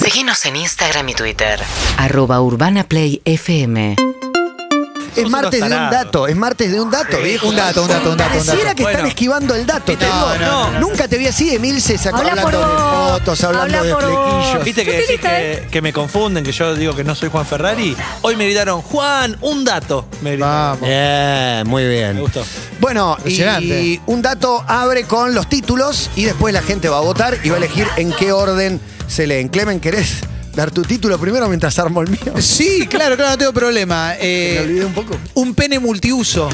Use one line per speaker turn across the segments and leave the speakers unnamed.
Seguinos en Instagram y Twitter.
Arroba Urbana Play FM.
Es
unos
martes de un
tarados.
dato, es martes de un dato, viejo.
Un dato, un dato, un dato. un dato.
Pareciera que están
Bueno.
esquivando el dato, te
No,
digo.
no, no.
Nunca te vi así de mil sacó
Habla
hablando
por
de
vos.
fotos, hablando
Habla
de
por vos.
flequillos.
¿Viste que,
Yo te
decís
grité.
¿eh?
que, que me confunden, que yo digo que no soy Juan Ferrari? Hoy me gritaron, Juan, un dato. Me gritaron.
Vamos.
Bien, muy bien.
Me gustó.
Bueno, y
Impresionante.
un dato abre con los títulos y después la gente va a votar y va a elegir en qué orden se leen. Clemen, ¿querés dar tu título primero mientras armo el mío?
Sí, claro, claro, no tengo problema.
Me
Eh,
olvidé un poco.
un pene multiuso.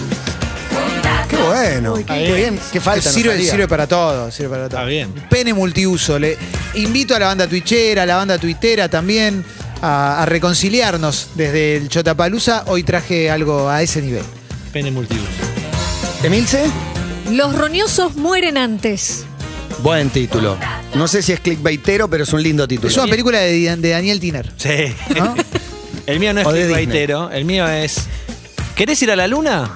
Qué bueno. Qué bien. Qué falta. nos
sirve,
haría.
sirve para todo, sirve para todo.
Está bien.
Pene multiuso. Le invito a la banda twitchera, a la banda tuitera también a, a reconciliarnos desde el Chotapalusa. Hoy traje algo a ese nivel.
Pene multiuso.
¿Emilce?
Los roñosos mueren antes.
Buen título. No sé si es clickbaitero, pero es un lindo título.
Es una película de, de Daniel Tiner.
Sí.
¿no?
El mío no es
O de
clickbaitero, el mío es. ¿Querés ir a la luna?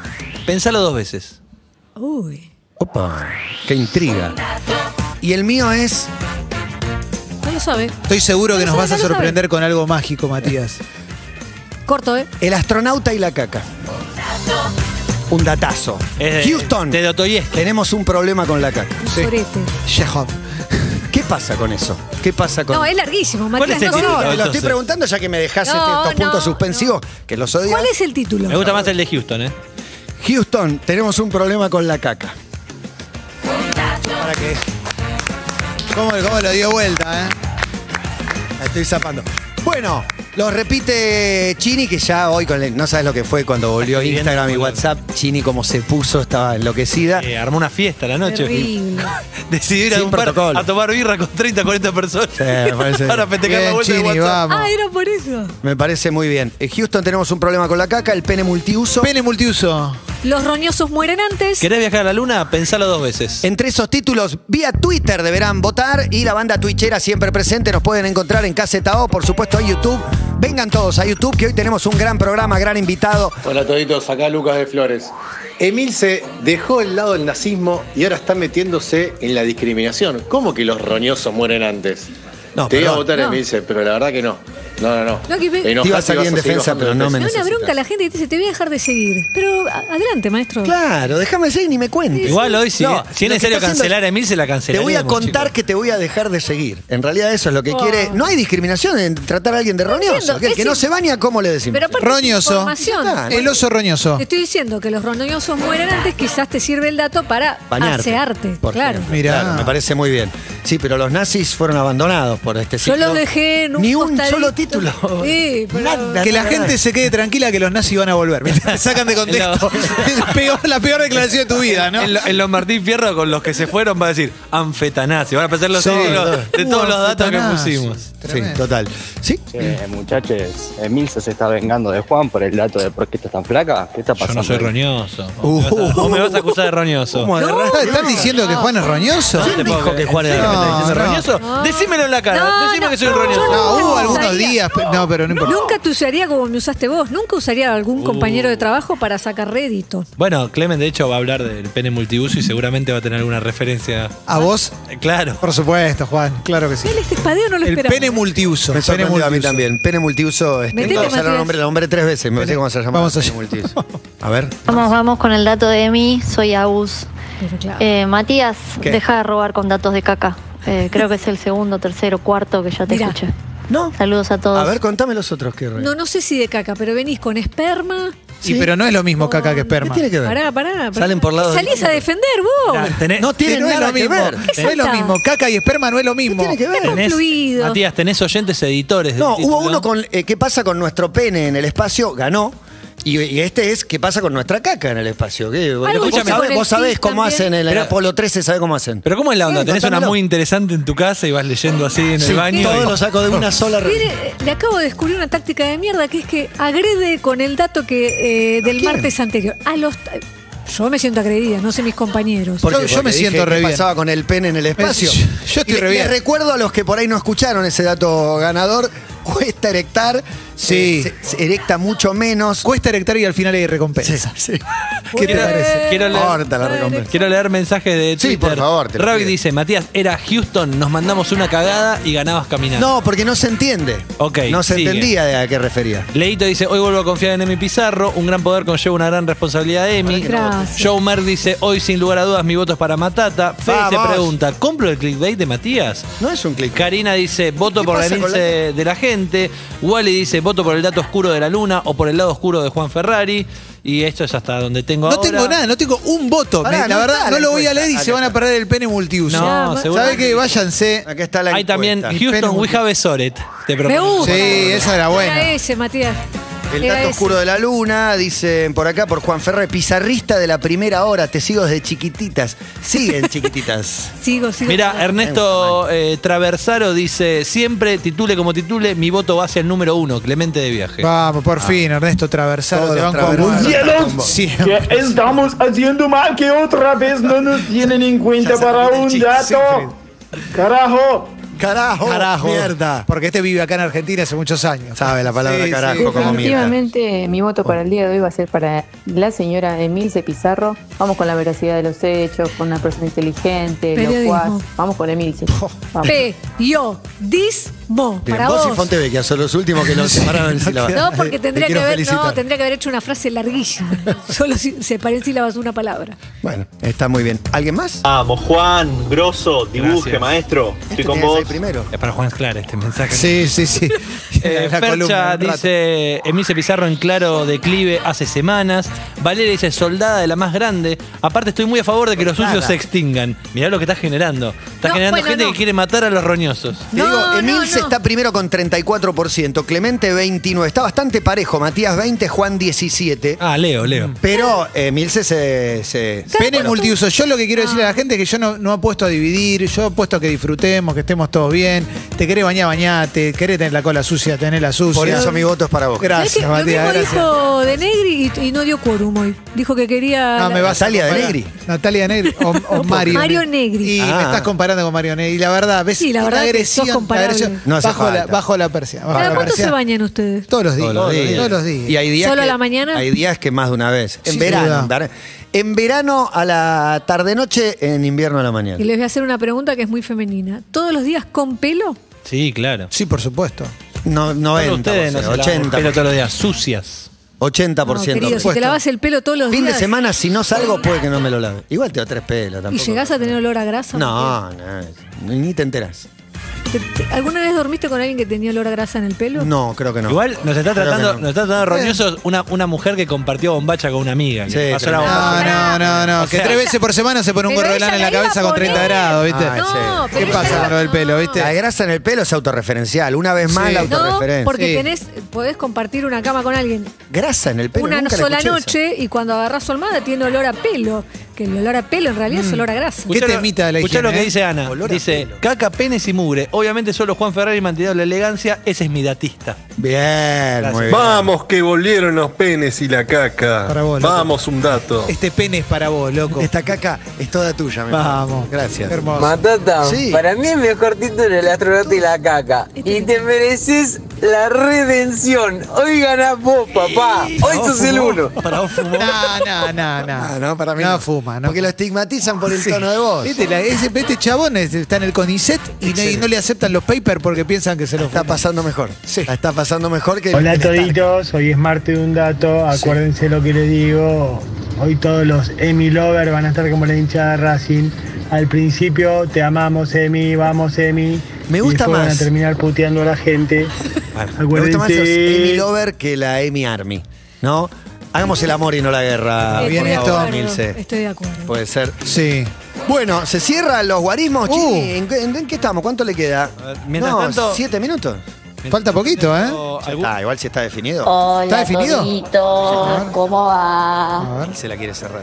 Pensalo dos veces.
Uy.
Opa, qué intriga. Y el mío es.
No lo sabe.
Estoy seguro que
No
nos
sabe,
vas a
no lo sabe.
sorprender con algo mágico, Matías.
Corto, ¿eh?
El astronauta y la caca. Un datazo.
Es de-
Houston.
de Dostoyevsky.
Tenemos un problema con la caca.
Un
Sí.
sorete.
Yehov.
¿Qué pasa con eso? ¿Qué pasa con.?
No, es larguísimo,
¿Cuál
Matías.
es el
no sé.
No,
título?
te lo estoy
Entonces.
preguntando ya que me dejaste
No,
estos puntos
no,
suspensivos que los odias.
¿Cuál es el título?
Me gusta más el de Houston, ¿eh?
Houston, tenemos un problema con la caca.
¿Para qué? ¿Cómo, cómo lo dio vuelta, eh?
La estoy zapando. Bueno, lo repite Chini, que ya hoy con el- no sabes lo que fue cuando volvió
escribiendo
Instagram y
con el-
WhatsApp. Chini, como se puso, estaba enloquecida.
Eh, armó una fiesta a la noche.
Terrible.
Decidí ir a,
Ah. Sin
un bar
protocolo.
a tomar birra con 30, 40 personas.
Sí, me parece
Para festejar la
Bien,
vuelta
Chini,
de WhatsApp.
vamos.
Ah, era por eso.
Me parece muy bien. En Houston tenemos un problema con la caca, el pene multiuso.
Pene multiuso.
Los roñosos mueren antes.
¿Querés viajar a la luna? Pensalo dos veces.
Entre esos títulos, vía Twitter deberán votar y la banda twitchera siempre presente nos pueden encontrar en KZO, por supuesto en YouTube. Vengan todos a YouTube que hoy tenemos un gran programa, gran invitado.
Hola toditos, acá Lucas de Flores. Emilce dejó el lado del nazismo y ahora está metiéndose en la discriminación. ¿Cómo que los roñosos mueren antes?
No,
Te iba a
perdón.
votar,
No.
Emilce, pero la verdad que no. No, no, no.
No, que ve- Te iba a
Enojate y vas
salir en
seguir
defensa,
bajando
pero
de
no
peso.
Me da una
necesitas.
bronca la gente que te dice, te voy a dejar de seguir. Pero a- adelante, maestro.
Claro, déjame seguir ni me cuentes.
Igual hoy, si,
No,
si es
lo que
necesario
está haciendo-
cancelar a Emil, se la
Te
cancelaría.
voy a contar que te voy a dejar de seguir. En realidad eso es lo que
Oh.
quiere. No hay discriminación en tratar a alguien de roñoso.
entiendo,
Aquel
es
que no
in-
se baña, ¿cómo le decimos?
Pero aparte,
Roñoso.
información.
Ah,
El oso roñoso.
Te estoy diciendo que los roñosos mueren antes, quizás te sirve el dato para
Bañarte.
asearte.
por
Claro.
ejemplo.
Mirá.
Claro, me parece muy bien. Sí, pero los nazis fueron abandonados por este
Yo
ciclo.
los dejé en un
Ni un
costadito.
solo título.
Sí, pero-
Nada,
Que la
nada.
gente se quede tranquila que los nazis van a volver. Te sacan de contexto. Es peor- la peor declaración de tu vida, ¿no?
En, lo- en los Martín Fierro, con los que se fueron, va a decir anfetanás. Y van a pensar los
Sí,
títulos de
no.
todos
Uh,
los datos que
anfetanás.
pusimos.
Sí, total. Sí.
Che, Eh, muchachos, Emilce se está vengando de Juan por el dato de por qué está tan flaca. ¿Qué está
Yo
pasando?
no soy roñoso.
Uh,
¿Vos me vas a- vos me vas a acusar de roñoso.
¿Cómo agarraste?
¿Están diciendo que Juan es roñoso?
No te puedo
dijo
creer.
que Juan era-
¿En serio me estás diciendo
No, no.
roñoso? Decímelo en la cara.
No,
Decime
no,
que soy un
no,
roñoso.
No, hubo
No,
algunos
sabía.
días. pe- No, pero no importa.
Nunca te usaría como me usaste vos. Nunca usaría a algún compañero de trabajo para sacar rédito.
Bueno, Clemen, de hecho, va a hablar del pene multiuso y seguramente va a tener alguna referencia.
¿A vos?
Eh, Claro.
Por supuesto, Juan. Claro que sí.
Él este espadeo no lo
El
esperaba.
pene multiuso.
Me
Pene
sorprendió a mí
multiuso.
también. Pene multiuso. Este,
Metete,
vamos a usar el
Matías.
nombre, el nombre tres veces. Me parece cómo se llama.
Vamos a-
Pene multiuso. A ver.
Vamos, vamos con el dato de Emi, soy Agus.
Pero claro.
Eh, Matías,
¿Qué?
deja de robar con datos de caca. Eh, creo que es el segundo, tercero, cuarto que ya te
Mirá.
escuché.
No.
Saludos a todos.
A ver, contame los otros que
no, no sé si de caca, pero venís con esperma.
Sí, pero no es lo mismo caca que
¿Qué
esperma.
tiene que ver?
Pará, pará. pará.
Salen por lados
Salís a
distintos.
defender vos.
Mirá, tenés-
No tiene
no es
nada
lo
que
mismo.
ver.
¿Qué
No es lo
salta?
mismo. Caca y esperma no es lo mismo.
tiene que ver?
Tenés- Fluido.
Matías, tenés oyentes editores. del
No, hubo
título.
uno con eh, ¿Qué pasa con nuestro pene en el espacio? Ganó. Y, y este es ¿Qué pasa con nuestra caca en el espacio? ¿Qué? Vos,
Algo
escuchame,
sabés,
con el
vos sabés
pis
cómo
también.
hacen en el
Pero-
Apolo 13, sabés cómo hacen.
Pero ¿cómo es la onda?
Sí,
Tenés una
contámelo.
muy interesante en tu casa y vas leyendo así en
Sí,
el baño.
todo
y-
lo saco de una sola re-
Mire, eh, le acabo de descubrir una táctica de mierda que es que agrede con el dato que eh, del
quién?
martes anterior. A los yo me siento agredida, no sé mis compañeros.
Porque-
Yo- yo me
porque dije,
siento re
¿qué
bien. Eh,
pasaba con el pene en el espacio?
Yo- yo estoy
Y le-
re
les
bien.
recuerdo a los que por ahí no escucharon ese dato ganador, cuesta erectar Eh,
Sí.
se, se erecta mucho menos.
Cuesta erectar y al final hay recompensa.
¿Qué te
Quiero-
parece?
Quiero leer,
Ahorita la recompensa.
quiero leer mensajes de
Sí,
Twitter.
por favor, te lo
Ravi
pido.
dice, Matías, era Houston, nos mandamos una cagada y ganabas caminando.
No, porque no se entiende.
Ok,
No se
sigue.
entendía de a qué refería.
Leito dice, hoy vuelvo a confiar en Emi Pizarro, un gran poder conlleva una gran responsabilidad de Emi.
Gracias.
Joe Mer dice, hoy sin lugar a dudas mi voto es para Matata. Fede se
Vamos.
pregunta, ¿compro el clickbait de Matías?
No es un clic.
Karina dice, voto
¿Qué
por la
pasa con la-
lince de la gente. Wally dice, voto por el dato oscuro de la luna o por el lado oscuro de Juan Ferrari. Y esto es hasta donde tengo
No
ahora.
tengo nada, no tengo un voto.
Pará,
Me- la
no
verdad,
está
no
la
lo voy a
encuesta.
leer y
Ah,
se van
no
a
está.
perder el pene multiuso.
No,
¿Sabe
seguramente.
qué? Váyanse.
Acá está la
Hay también
encuesta.
Esperen
Houston,
un
we have Soret. Te
Me
propongo.
gusta.
Sí, esa era buena.
Era ese, Matías.
El
Era
dato
ese.
oscuro de la luna, dicen por acá, por Juan Ferrer, pizarrista de la primera hora, te sigo desde chiquititas. Siguen chiquititas.
Sigo, sigo.
Mira, Ernesto eh, Traversaro dice, siempre titule como titule, mi voto va hacia el número uno, Clemente de viaje.
Vamos, por fin, Ernesto Traversaro.
Ah. Todos
Te banco a
Traversaro.
muerte.
Murieron.
Sí.
Eh, estamos haciendo mal que otra vez no nos tienen en cuenta para un dato. Carajo.
Carajo,
Carajo.
mierda.
Porque este vive acá en Argentina hace muchos años.
Sabe la palabra
Sí,
carajo
sí.
como mierda.
Efectivamente, mi voto para el día de hoy va a ser para la señora Emilce Pizarro. Vamos con la veracidad de los hechos, con una persona inteligente,
Periodismo.
locuaz. Vamos con Emilce. Vamos.
Periodismo.
Bien,
Para
vos,
vos.
y Fontevecchia son los últimos que nos separaron en sílabas.
No, porque tendría
Te
que,
quiero
haber, no,
felicitar.
tendría que haber hecho una frase larguísima. Solo si- separé en sílabas una palabra.
Bueno, está muy bien. ¿Alguien más?
Vamos, Juan, grosso, dibuje,
Gracias.
maestro.
Este
Ah, Estoy con
tenía que
vos.
ser primero.
Es para Juan Clara este mensaje.
Sí, sí, sí.
Eh,
La columna,
Fercha
un rato.
dice, Emilce Pizarro en claro declive hace semanas. Valeria dice, soldada de la más grande. Aparte estoy muy a favor de que los sucios se extingan. Mirá lo que está generando. Está
No,
generando
bueno,
gente
no.
que quiere matar a los roñosos.
Te
No,
digo,
no,
Emilce
no.
está primero con 34%, Clemente 29%. Está bastante parejo. Matías 20, Juan 17.
Ah, Leo, Leo.
Pero Emilce se, se- se-
Pene multiuso. Yo lo que
Ah.
quiero decirle a la gente es que yo no, no apuesto a dividir, yo apuesto a que disfrutemos, que estemos todos bien. Te querés bañar, bañate. Querés tener la cola sucia, tener la sucia.
Por eso mi voto es para vos.
Gracias,
¿Sabés que
Matías.
Lo mismo
Gracias.
dijo De Negri y, y no dio quórum hoy. Dijo que quería.
No,
la-
me vas a
Natalia de
comparar.
Negri.
Natalia de Negri o, o Mario.
Mario Negri.
Y
Ah.
me estás comparando con Mario Negri. Y la verdad, ves
Sí, la verdad que sos comparable.
No hace
bajo, la,
falta.
bajo la persia. bajo
¿Cada
la
cuánto
persiana.
se bañan ustedes?
Todos los días. Todos los días.
Y hay días
¿Solo
que-
a la mañana?
Hay días que más de una vez. En
Sin
verano.
duda.
En verano, en verano a la tarde-noche, en invierno a la mañana.
Y les voy a hacer una pregunta que es muy femenina. ¿Todos los días con pelo?
Sí, claro.
Sí, por supuesto.
No, 90,
Solo ustedes no
por ciento,
se lavan el
80,
pelo todos los días, sucias.
No,
80%.
querido, si te
supuesto.
lavas el pelo todos los
fin de
días.
semana, si no salgo, puede que no me lo lave. Igual te doy tres pelos
¿Y
tampoco.
llegás a tener olor a grasa?
No, no, ni te enteras.
¿Te- te- ¿Alguna vez dormiste con alguien que tenía olor a grasa en el pelo?
No, creo que no.
Igual nos está
Creo que
tratando,
no.
nos está tratando de roñosos una, una mujer que compartió bombacha con una amiga. que
Sí,
le pasó la
tremendo.
bombacha.
No, no, no, no.
O
que
sea-
tres veces por semana se pone un
Pero
gorro de
ella
lana en
la
la
iba a
cabeza con
poner.
30 grados, ¿viste?
Ah,
No,
sí.
pero
¿Qué
ella
pasa
la-
con lo del pelo, viste?
La grasa en el pelo es autorreferencial. Una vez más
Sí.
la
No,
No,
autorreferencia.
porque
Sí.
tenés, podés compartir una cama con alguien
Grasa en el pelo.
una
nunca la
sola
escuché esa.
noche y cuando agarrás su almohada tiene olor a pelo. Que el olor a pelo en realidad es olor a grasa.
¿Qué temita de la
Escuchá
higiene,
lo que
eh?
dice Ana.
Olor a
dice,
pelo.
caca, penes y mugre. Obviamente solo Juan Ferrari mantenido la elegancia. Ese es mi datista.
Bien, muy bien.
Vamos, que volvieron los penes y la caca.
Para vos, loco.
Vamos, un dato.
Este pene es para vos, loco.
Esta caca es toda tuya, mi
Vamos.
Gracias.
Hermoso.
Matata,
Sí.
para mí el mejor título es El astronauta y la caca. Y te mereces la redención. Hoy ganás vos, papá. Hoy sos el uno.
Para vos fumó.
No, no, no, no.
Ah, no, para mí.
No fuma, no.
Porque lo estigmatizan por el tono de voz.
Viste, la- ese, este chabón es- está en el CONICET y no, y no le aceptan los papers porque piensan que se los
Está
fuma.
pasando mejor.
Sí.
La está pasando mejor que.
Hola,
que Stark.
toditos. Hoy es martes de un dato. Acuérdense lo que les digo. Hoy todos los Emi Lover van a estar como la hinchada de Racing. Al principio te amamos, Emi, vamos, Emi.
Me
Y
gusta
después Van
más.
a terminar puteando a la gente.
Me gusta más los
Acuérdense.
Amy Lover que la Amy Army, ¿no? Hagamos el amor y no la guerra.
Estoy
bien
de
esto,
acuerdo,
Ah, Milce.
Estoy de acuerdo.
Puede ser.
Sí.
Bueno, se cierran los guarismos.
Uh.
Chini? ¿En, qué- en qué estamos? ¿Cuánto le queda?
ver, mientras
no,
tanto-
¿Siete minutos?
Falta poquito, ¿eh?
O
Ya
algún-
está, igual si está definido.
¿Está definido?
¿Cómo va?
A ver.
Se la quiere cerrar.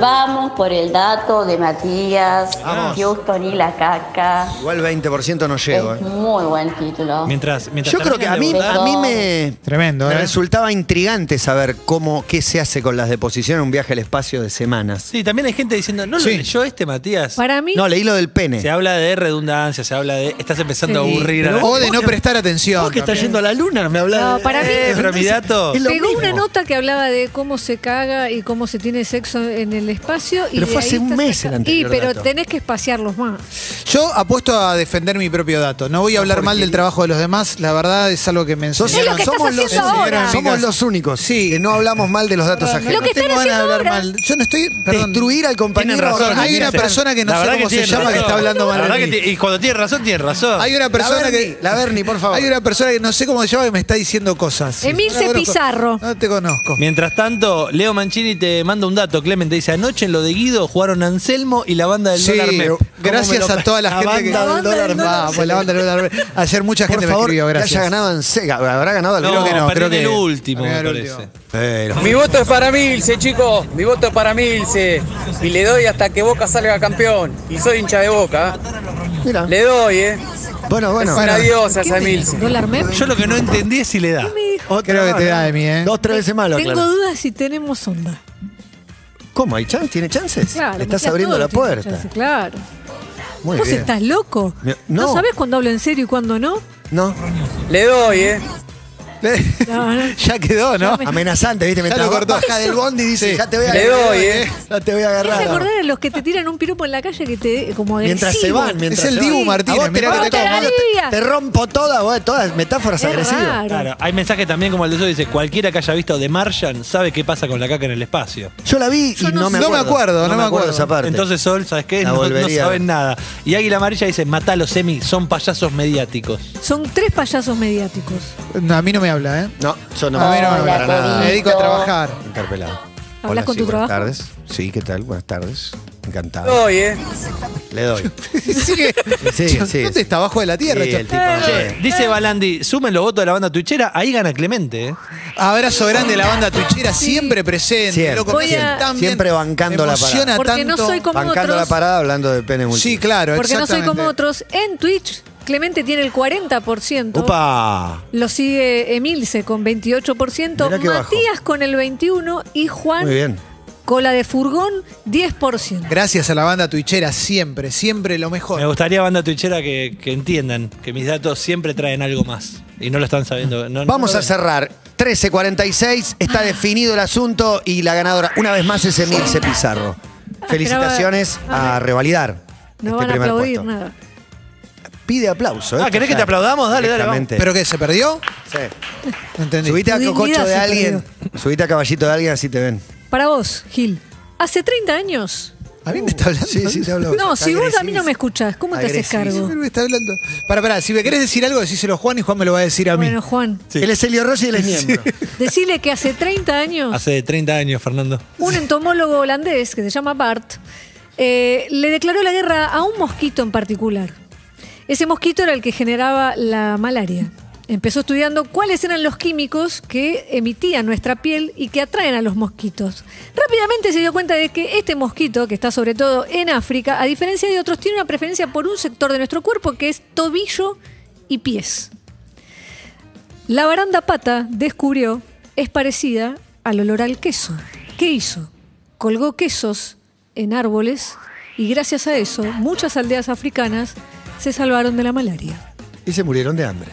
Vamos por el dato de Matías,
Vamos.
Houston y la caca.
Igual 20% no llego. ¿eh?
muy buen título.
Mientras, mientras
Yo creo que a mí,
terminan de
a
votar-
mí me,
Tremendo,
me
¿eh?
resultaba intrigante saber cómo, qué se hace con las deposiciones en un viaje al espacio de semanas.
Sí, también hay gente diciendo, no lo
Sí.
leyó este, Matías.
Para mí,
No, leí lo del pene.
Se habla de redundancia, se habla de. Estás empezando a
Sí.
aburrir a la
O de no
gente.
prestar atención.
Vos que estás
también.
yendo a la luna, me hablás.
No, para mí-
Eh,
Pero mi dato.
es lo
Pegó
mismo.
una nota que hablaba de cómo se caga y cómo se tiene sexo en el espacio. y
Pero
de
fue
ahí
hace un
estás
mes el
saca-
anterior
Y, pero
dato.
tenés que espaciarlos más.
Yo apuesto a defender mi propio dato. No voy a hablar mal del trabajo de los demás. La verdad es algo que me
Sos-
Es lo
enseñaron.
que estás
somos los,
haciendo ahora.
somos los únicos
Sí.
que no hablamos mal de los datos ajenos.
Lo que están
tengo ganas de
haciendo
hablar
ahora.
mal. Yo no estoy. perdón.
Destruir al compañero.
Tienen razón, hay
Mira,
una persona que no
La
sé
verdad
cómo se
tiene
llama que
razón.
está hablando mal
La
de
verdad que
mí.
tiene- Y cuando tiene razón, tiene razón.
Hay una persona
La Berni,
que.
la Berni, por favor.
Hay una persona que no sé cómo se llama que me está diciendo cosas.
Emilce
No la conozco.
Pizarro.
No te conozco.
Mientras tanto, Leo Mancini te manda un dato, Clemente. Dice, anoche en lo de Guido jugaron Anselmo y la banda del
Sí,
dólar MEP.
gracias
¿Cómo me lo-
a toda la,
La
gente
banda
que.
del
Ah,
dólar
pues
más.
la banda del dólar más. Ayer mucha
Por
gente
favor,
me escribió,
que
gracias.
haya ganado en Sega. ¿Habrá ganado
No,
Creo que no.
perdí
creo
en
que-
el último,
perdí en el
me parece.
último.
Pero-
Mi voto es para Milce, chicos. Mi voto es para Milce. Y le doy hasta que Boca salga campeón. Y soy hincha de Boca.
Mira.
Le doy, ¿eh?
Bueno, bueno.
es una diosa
¿Qué
esa
me dijo?
Milce.
¿Dólar MEP?
Yo lo que no entendí es si le da.
Otra
Creo que
más,
te
¿no?
da de mí, ¿eh?
Dos, tres veces más lo
Tengo
aclaro.
dudas si tenemos onda.
¿Cómo? ¿Hay chance? ¿Tiene chances?
Claro.
Le estás
Matías,
abriendo
todo
la
tiene
puerta.
chance, Claro.
Muy
¿Vos
bien.
estás loco?
Mi-
No.
no.
sabés cuándo hablo en serio y cuándo no?
No.
Le doy, ¿eh?
No, no.
ya quedó, ¿no?
Amenazante, ¿viste? Mientras
lo cortó.
baja del bondi y dice,
Sí.
ya te voy a
Le
agarrar.
doy, ¿eh?
Ya te voy a
¿Te
agarrar.
acordás de los que te tiran un piropo en la calle que te como agresivo?
Mientras se van, mientras
Es el
se van.
Dibu
A vos
Martínez,
te-
mirá
a
que
vos
te como-
te, te rompo todas, vos, todas metáforas
Es
agresivas.
raro.
Claro, hay mensajes también como el de eso dice, cualquiera que haya visto The Martian sabe qué pasa con la caca en el espacio.
Yo la vi y
Yo
no,
no
me
sé. No
acuerdo.
me acuerdo, no me acuerdo.
esa parte.
Entonces Sol, ¿sabes qué?
La
No, no
volvería a ver.
saben nada. Y Águila Amarilla dice, matalos, Emi, son payasos mediáticos.
Son tres payasos mediáticos.
No, a mí no me habla, ¿eh?
no, yo no
A mí no me
acuerdo para
habla
nada.
Me dedico a trabajar.
Interpelado.
¿Hablas con
sí,
tu
buenas
trabajo?
tardes. Sí, ¿qué tal? Buenas tardes.
Le
Encantado.
doy, ¿eh?
Le doy.
Sigue.
Sí, sí.
¿Dónde está? Abajo de la tierra.
Sí,
esto.
el tipo no
Che, dice Balandi, sumen los votos de la banda tuichera, ahí gana Clemente. ¿eh?
Abrazo grande de la banda tuichera, siempre presente.
Siempre,
loco, me hacen
siempre.
tan bien.
Siempre bancando
Me
la parada.
emociona
Porque no
tanto.
soy como
Bancando
otros.
la parada hablando de pene multi.
Sí, claro,
Porque no soy como
exactamente.
otros. En Twitch, Clemente tiene el 40%.
¡Upa!
Lo sigue Emilce con 28%,
Mirá qué bajo.
Matías con el 21% y
Muy
Juan
bien.
Cola de Furgón 10%.
Gracias a la banda tuichera, siempre, siempre lo mejor.
Me gustaría banda tuichera que, que entiendan que mis datos siempre traen algo más. Y no lo están sabiendo. no- no
Vamos
lo
a
ven.
cerrar. 13.46, está definido el asunto y la ganadora, una vez más, es Emilce Pizarro. Felicitaciones a revalidar
No
este
van a
primer
aplaudir
puesto.
nada.
Pide aplauso. ¿eh?
Ah, ¿querés que te aplaudamos? Dale, dale, vamos.
¿Pero qué? ¿Se perdió? No entendí.
Subite a
Tu
cococho
dignidad
de
se
alguien. Subite a caballito de alguien, así te ven.
Para vos, Gil, hace 30 años.
¿A mí me está hablando?
Sí, sí, te hablo.
No, si vos a mí no me escuchás, ¿cómo te haces
Sí,
cargo?
siempre me está hablando. Para, para, si me querés decir algo, decíselo a Juan y Juan me lo va a decir a mí.
Bueno, Juan,
Él es Elio Rossi y él es miembro.
decirle que hace 30 años
Hace 30 años, Fernando.
un entomólogo holandés que se llama Bart eh, le declaró la guerra a un mosquito en particular. Ese mosquito era el que generaba la malaria. Empezó estudiando cuáles eran los químicos que emitía nuestra piel y que atraen a los mosquitos. Rápidamente se dio cuenta de que este mosquito, que está sobre todo en África, a diferencia de otros, tiene una preferencia por un sector de nuestro cuerpo que es tobillo y pies. La baranda pata, descubrió, es parecida al olor al queso. ¿Qué hizo? Colgó quesos en árboles y gracias a eso muchas aldeas africanas se salvaron de la malaria.
Y se murieron de hambre.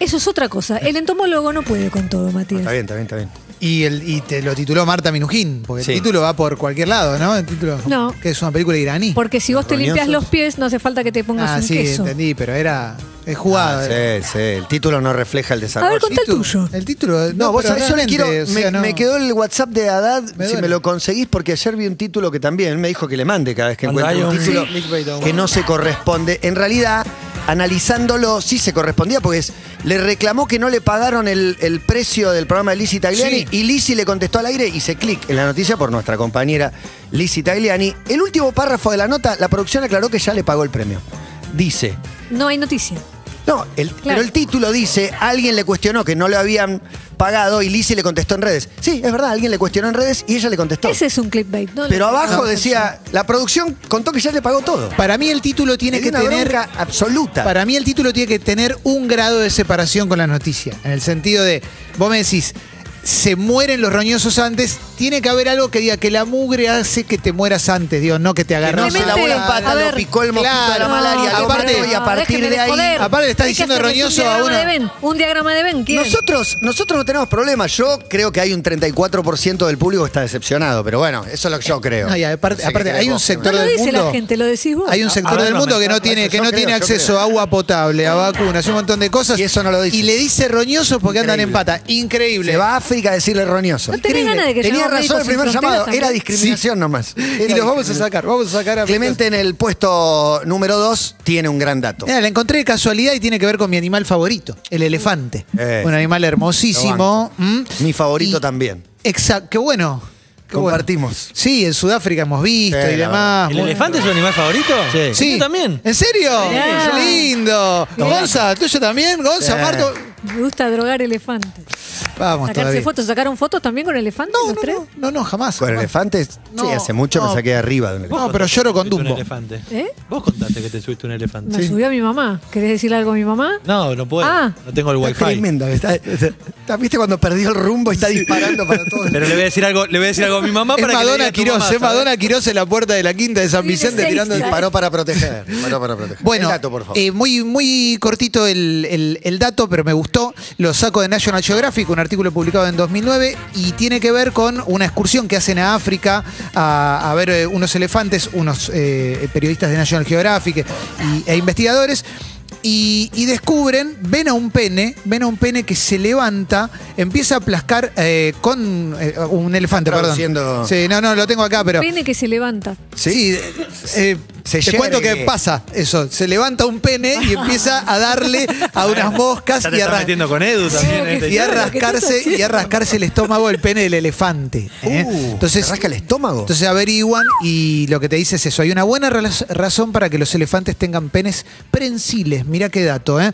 Eso es otra cosa. El entomólogo no puede con todo,
Está
Matías.
bien, está bien, está bien.
Y, el, y te lo tituló Marta Minujín, porque
Sí.
el título va por cualquier lado, ¿no? El título.
No.
Que es una película iraní.
Porque si vos te limpias los pies, no hace falta que te pongas
ah,
un
sí,
queso.
entendí, pero era. Es
Ah,
jugada.
sí, sí. El título no refleja el
A
desarrollo.
ver, contá el tuyo.
El título.
No, vos
pero
sabés, yo le
realmente,
quiero.
o sea,
me,
no.
me quedó el WhatsApp de Haddad, si
duele.
me lo conseguís, porque ayer vi un título que también él me dijo que le mande cada vez que
Cuando
encuentre
hay
un
un-
título
Sí, clickbait aún.
que no se corresponde. En realidad, analizándolo, sí se correspondía, porque es- le reclamó que no le pagaron el, el precio del programa de Lizzie Tagliani
Sí.
y Lizzie le contestó al aire y se clic en la noticia por nuestra compañera Lizzie Tagliani. El último párrafo de la nota, la producción aclaró que ya le pagó el premio. Dice.
No hay noticia.
No, el- pero el título dice, alguien le cuestionó que no lo habían pagado y Lizzie le contestó en redes. Sí, es verdad, alguien le cuestionó en redes y ella le contestó.
Ese es un clickbait. no
pero
lo-
abajo
no,
decía, la producción contó que ya le pagó todo.
Para mí el título tiene
Tiene
que tener.
absoluta.
Para mí el título tiene que tener un grado de separación con la noticia. En el sentido de, vos me decís, se mueren los roñosos antes, tiene que haber algo que diga que la mugre hace que te mueras antes, Dios, no que te
Que
agarras.
no se lavó
Clemente,
la
a
pata,
ver,
lo picó el mosquito de la
claro,
malaria, lo
aparte-
mató y a
no,
partir
déjenme
de ahí...
joder.
Aparte le está
Hay que
diciendo
hacerles
roñoso
un
a
diagrama
una-
de Venn, Un diagrama de Ben, ¿quién?
Nosotros, nosotros no tenemos problemas. Yo creo que hay un 34% del público que está decepcionado, pero bueno, eso es lo que yo creo.
No, y aparte-
No sé qué
aparte,
crees
hay un
vos,
sector
no lo
del
dice la
mundo.
gente, lo decís vos.
Hay un sector
a ver,
del
no,
mundo
me
que no
está-
tiene, que
Ah, yo
no
creo,
tiene
yo
acceso
creo.
a agua potable, a vacunas, un montón de cosas.
Y eso no lo dice.
Y le dice roñosos porque andan en
Increíble.
pata. Increíble.
Se va a África a decirle roñoso.
No tenés ganas de que
Tenía razón
llamemos Médicos
el
Sin
primer
Fronteras
llamado,
también.
era discriminación nomás.
y los vamos a sacar, vamos a sacar a
Clemente en el puesto número 2 tiene un gran dato.
Mira, la encontré de casualidad y tiene que ver con mi animal favorito, el elefante.
Eh,
un animal hermosísimo. ¿Mm?
Mi favorito
Y-
también.
Exacto, qué bueno. qué bueno.
Compartimos.
Sí, en Sudáfrica hemos visto
Sí,
y
la
demás.
¿El
Ah, Bueno.
elefante es su animal favorito?
Sí.
¿Y tú también?
¿En serio?
Sí.
¡Qué lindo! Gonza, ¿tuyo también? Gonza,
Sí.
Marto.
Me gusta drogar elefantes.
Vamos,
Sacarse
todavía.
fotos, ¿sacaron fotos también con elefantes
No,
los
no,
tres?
no, no, no, jamás.
¿Con
jamás.
elefantes?
No,
sí, hace mucho
no.
me saqué de arriba de un elefante.
No, Ah, pero lloro con
Tuviste
Dumbo.
Un elefante.
¿Eh?
Vos contaste que te subiste un elefante.
Me subió a mi mamá. ¿Querés decir algo a mi mamá?
No, no puedo.
Ah.
No tengo el
Está
wifi.
tremendo. está- está- ¿Viste cuando perdió el rumbo y está disparando para todos
Pero le voy a decir algo, le voy a decir algo a mi mamá
Es
para que le diga
Madonna
a tu
Quiroz,
mamá,
es
¿sabes?
Madonna Quiroz en la puerta de la quinta de San
Viene
Vicente
seis,
tirando el
¿sabes?
Paró para proteger. Paró para proteger.
Bueno,
El dato, por favor.
eh, muy, muy cortito el, el- el dato, pero me gustó. Lo saco de National Geographic, un artículo publicado en 2009, y tiene que ver con una excursión que hacen a África a, a ver eh, unos elefantes, unos eh, periodistas de National Geographic y- e investigadores. Y, y descubren, ven a un pene, ven a un pene que se levanta, empieza a plascar eh, con eh, un elefante,
Traduciendo.
perdón. Sí, no, no, lo tengo acá, pero.
Pene que se levanta.
Sí, eh,
Se
te
llena
cuento
de
que
qué.
pasa eso. Se levanta un pene y empieza a darle a unas moscas
Ya te
y a,
estás
ra-
metiendo con Edu también.
No,
¿eh?
que-
y a
Claro, ¿qué estás
rascarse y a rascarse el estómago el pene del elefante. ¿eh?
Uh,
entonces,
¿te rasca el estómago?
Entonces averiguan y lo que te dice es eso. Hay una buena rela- razón para que los elefantes tengan penes prensiles. Mirá qué dato. ¿eh?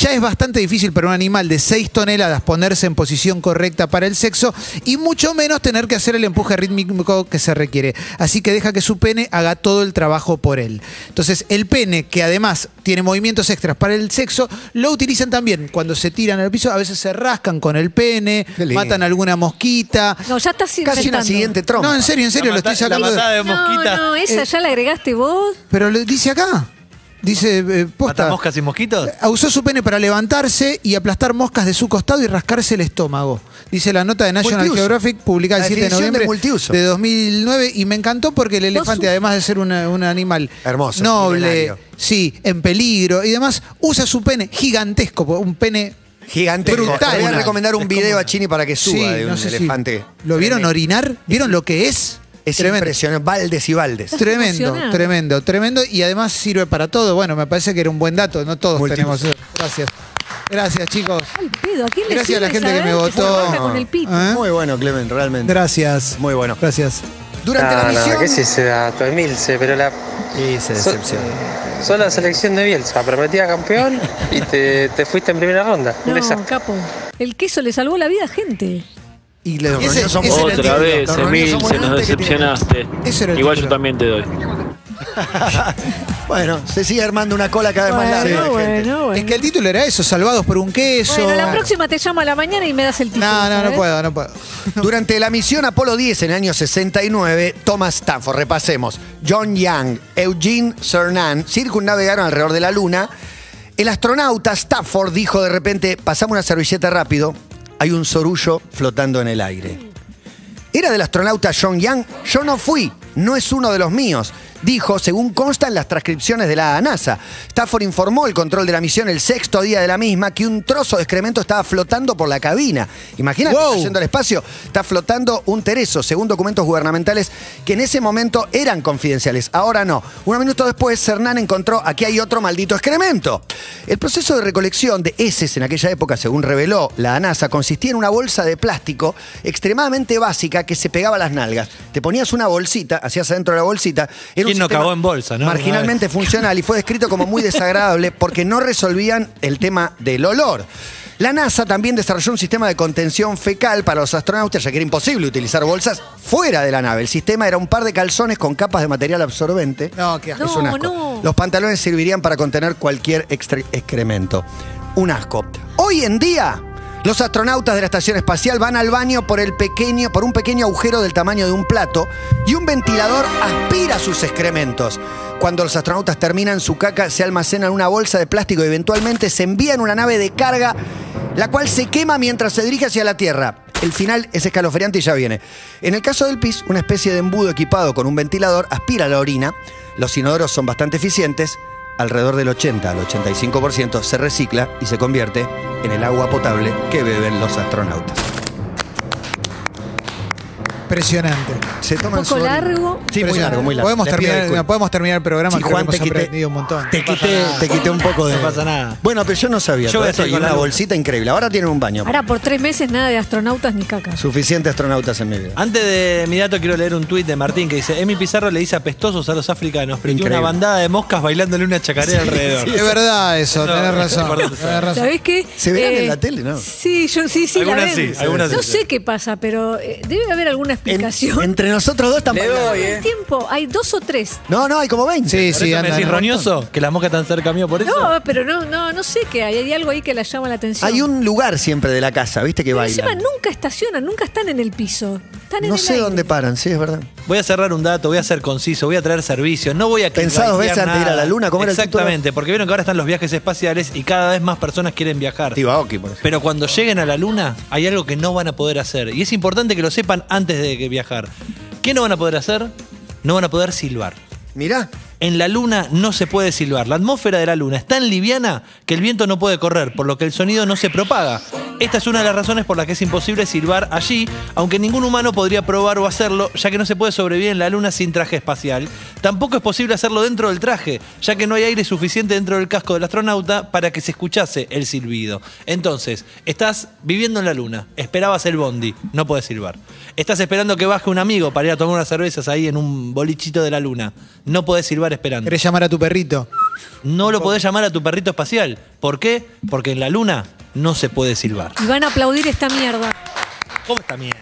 Ya es bastante difícil para un animal de 6 toneladas ponerse en posición correcta para el sexo y mucho menos tener que hacer el empuje rítmico que se requiere. Así que deja que su pene haga todo el trabajo por él. Entonces el pene, que además tiene movimientos extras para el sexo, lo utilizan también cuando se tiran al piso. A veces se rascan con el pene,
Qué lindo.
matan alguna mosquita.
No, ya estás
Casi una
inventando.
siguiente trompa.
No, en serio, en serio,
La
lo estoy
mata-
sacando.
La
de-
matada de mosquita.
No, no, esa
Eh,
ya la agregaste vos.
pero lo dice acá. Dice eh,
¿Mata
posta. "Ah,
moscas y mosquitos?
Usó su pene para levantarse y aplastar moscas de su costado y rascarse el estómago. Dice la nota de National
Multiuso.
Geographic publicada
La
el 7 de
definición de
noviembre
multiuso.
de 2009 y me encantó porque el elefante,
su-
además de ser una- un animal
Hermoso,
noble,
milenario.
sí, en peligro y demás, usa su pene gigantesco, un pene
Gigante.
Brutal.
Voy a recomendar un
Descomunal.
video a Chini para que suba
sí,
de un
no sé si-
elefante.
¿Lo vieron
Tremendo.
orinar? ¿Vieron lo que es?
Es
Tremendo.
impresionante. Valdes y Valdes.
Tremendo,
emocionada.
tremendo, tremendo. Y además sirve para todo. Bueno, me parece que era un buen dato. No todos
Multitud.
tenemos eso. Gracias. Gracias, chicos.
Al pedo, ¿a quién le
Gracias a la
sirve
gente que
saber
me
se
votó.
rasca con el pito?
¿Eh?
Muy bueno, Clemen, realmente.
Gracias.
Muy bueno.
Gracias.
Durante
Ah,
la misión.
¿qué es ese dato? Es Milce, eh, pero la.
Y se
so-
decepciona.
Sos la selección de Bielsa, prometida campeón y te, te fuiste en primera ronda. Un
No,
desastre.
capo. El queso le salvó la vida a gente.
Y los
Ese-
roñosos
ese
son-
era el Otra título. vez,
Los roñosos son antes que tienen-
Ese era el
Igual
título.
yo también te doy.
Bueno, se sigue armando una cola cada vez más larga.
Bueno,
de gente.
Ah, bueno, bueno.
Es que el título era eso, salvados por un queso.
Bueno, la próxima ¿eh? te llamo a la mañana y me das el título.
No, no,
¿sabes?
no puedo, no puedo.
Durante la misión Apolo 10 en el año 69, Thomas Stanford, repasemos, John Young, Eugene Cernan circunnavegaron alrededor de la Luna. El astronauta Stafford dijo de repente, pasame una servilleta rápido, hay un sorullo flotando en el aire. ¿Era del astronauta John Young? Yo no fui, no es uno de los míos, dijo, según consta en las transcripciones de la NASA. Stafford informó el control de la misión el sexto día de la misma que un trozo de excremento estaba flotando por la cabina. Imagínate,
Wow.
está yendo al espacio, está flotando un tereso, según documentos gubernamentales que en ese momento eran confidenciales, ahora no. Unos minutos después, Cernán encontró, aquí hay otro maldito excremento. El proceso de recolección de heces en aquella época, según reveló la NASA, consistía en una bolsa de plástico extremadamente básica que se pegaba a las nalgas. Te ponías una bolsita, hacías adentro de la bolsita. Era un
¿Quién no
sistema
cagó en bolsa, no?
Marginalmente funcional y fue descrito como muy desagradable porque no resolvían el tema del olor. La NASA también desarrolló un sistema de contención fecal para los astronautas, ya que era imposible utilizar bolsas fuera de la nave. El sistema era un par de calzones con capas de material absorbente.
No, qué asco.
Es un
No,
asco.
no.
Los pantalones servirían para contener cualquier extre- excremento. Un asco. Hoy en día, Los astronautas de la estación espacial van al baño por, el pequeño, por un pequeño agujero del tamaño de un plato y un ventilador aspira sus excrementos. Cuando los astronautas terminan su caca, se almacena en una bolsa de plástico y eventualmente se envía en una nave de carga, la cual se quema mientras se dirige hacia la Tierra. El final es escalofriante y ya viene. En el caso del pis, una especie de embudo equipado con un ventilador aspira la orina. Los inodoros son bastante eficientes. Alrededor del 80 al 85% se recicla y se convierte en el agua potable que beben los astronautas.
Impresionante.
Se
Un poco
orina.
largo.
Sí, muy
Impresionante.
largo, muy largo.
Podemos
Les pido
terminar,
disculpas.
no, podemos terminar el programa
Sí,
creo que
Juan,
hemos
te quité-
aprendido un montón.
Te quité, te quité un poco de.
No pasa nada.
Bueno, pero yo no sabía.
Yo
todo
voy a
esto, y
seguir con
una
algo.
bolsita increíble. Ahora tienen un baño.
Ahora por tres meses nada de astronautas ni caca.
Suficientes astronautas en mi vida.
Antes de mi dato quiero leer un tuit de Martín que dice, Emi Pizarro le dice apestosos a los africanos, pero tiene una
Increíble.
bandada de moscas bailándole una chacarera alrededor.
Es verdad eso,
Eso-
tenés razón.
Perdón.
tenés razón.
¿Sabés qué? Eh,
Se verán en la tele, ¿no?
Sí, yo sí, sí, la
Algunas
ven.
sí, algunas
no
sí.
sé qué pasa, pero eh, debe haber
En-
alguna explicación.
entre nosotros dos están
Le
bailando.
doy,
El
eh.
tiempo, hay dos o tres.
No, no, hay como 20.
Sí,
¿Por
sí,
eso me
anda.
decís
¿no?
roñoso? ¿Que las moscas están cerca mío por eso?
No, pero no, no, no sé qué hay. Hay algo ahí que la llama la atención.
Hay un lugar siempre de la casa, ¿viste? Que
Pero
baila.
encima nunca estacionan, nunca están en el piso. Están en
No
el
sé
aire.
dónde paran, sí, es verdad.
Voy a cerrar un dato, voy a ser conciso, voy a traer servicios, no voy a...
Pensá dos veces
clickbaitear
antes de ir a la
nada.
luna, ¿cómo era el título?
Exactamente, porque vieron que ahora están los viajes espaciales y cada vez más personas quieren viajar.
Tibaoki, por ejemplo.
Pero cuando lleguen a la luna, hay algo que no van a poder hacer. Y es importante que lo sepan antes de que viajar. ¿Qué no van a poder hacer? No van a poder silbar.
Mirá,
En la luna no se puede silbar. La atmósfera de la luna es tan liviana que el viento no puede correr, por lo que el sonido no se propaga. Esta es una de las razones por las que es imposible silbar allí, aunque ningún humano podría probar o hacerlo, ya que no se puede sobrevivir en la luna sin traje espacial. Tampoco es posible hacerlo dentro del traje, ya que no hay aire suficiente dentro del casco del astronauta para que se escuchase el silbido. Entonces, estás viviendo en la luna, esperabas el bondi, no puedes silbar. Estás esperando que baje un amigo para ir a tomar unas cervezas ahí en un bolichito de la luna, no podés silbar esperando.
Querés llamar a tu perrito.
No lo podés llamar a tu perrito espacial. ¿Por qué? Porque en la luna no se puede silbar.
Y van a aplaudir esta mierda.
¿Cómo está mierda?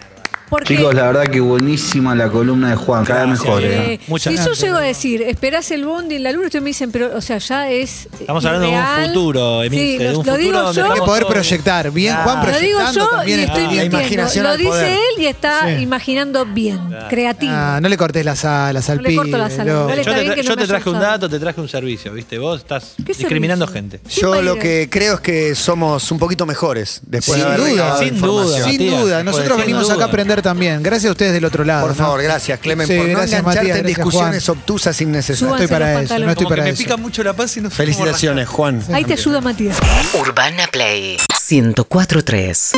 Porque
Chicos, la verdad que buenísima la columna de Juan, cada vez
Gracias,
mejor.
eh.
¿eh?
eh,
Muchas
si yo
gracias.
llego a decir, esperás el bondi en la luna, ustedes me dicen, pero, o sea, ya es.
Estamos hablando de un futuro, Emilce, de
Sí, lo-
un
lo
futuro donde
digo yo.
Hay que
estamos-
poder
todos.
proyectar. Bien,
Ah.
Juan,
Lo digo
proyectando
yo y
también
estoy
está bien.
mintiendo.
imaginación
Lo
al
dice
poder.
él y está
Sí.
imaginando bien, creativo.
Ah, no le cortes las alas al
No le corto las
pibe,
alas,
loco.
no le-
Yo
Está
te,
bien
tra-
que no
yo
me
te traje
hayas
un
usado.
dato, te traje un servicio, ¿viste? Vos estás
¿Qué
discriminando
servicio?
gente.
Sí,
yo
Mayra.
lo que creo es que somos un poquito mejores después
Sin
de haber
duda,
recabado
sin
información.
duda.
Sin
Matías,
duda,
puede
nosotros
ser.
venimos
Sin
acá a
duda.
aprender también. Gracias a ustedes del otro lado.
Por
¿no?
favor, gracias, Clemen,
Sí,
por no
gracias,
engancharte
Matías,
en
gracias,
discusiones
Juan.
obtusas
No
innecesarias.
estoy
Súbanse los
para eso,
pantalones.
no estoy
Como que
para
me
eso.
pica mucho la paz y no sé cómo
Felicitaciones, Juan.
Ahí te ayuda Matías.
Urbana Play
1043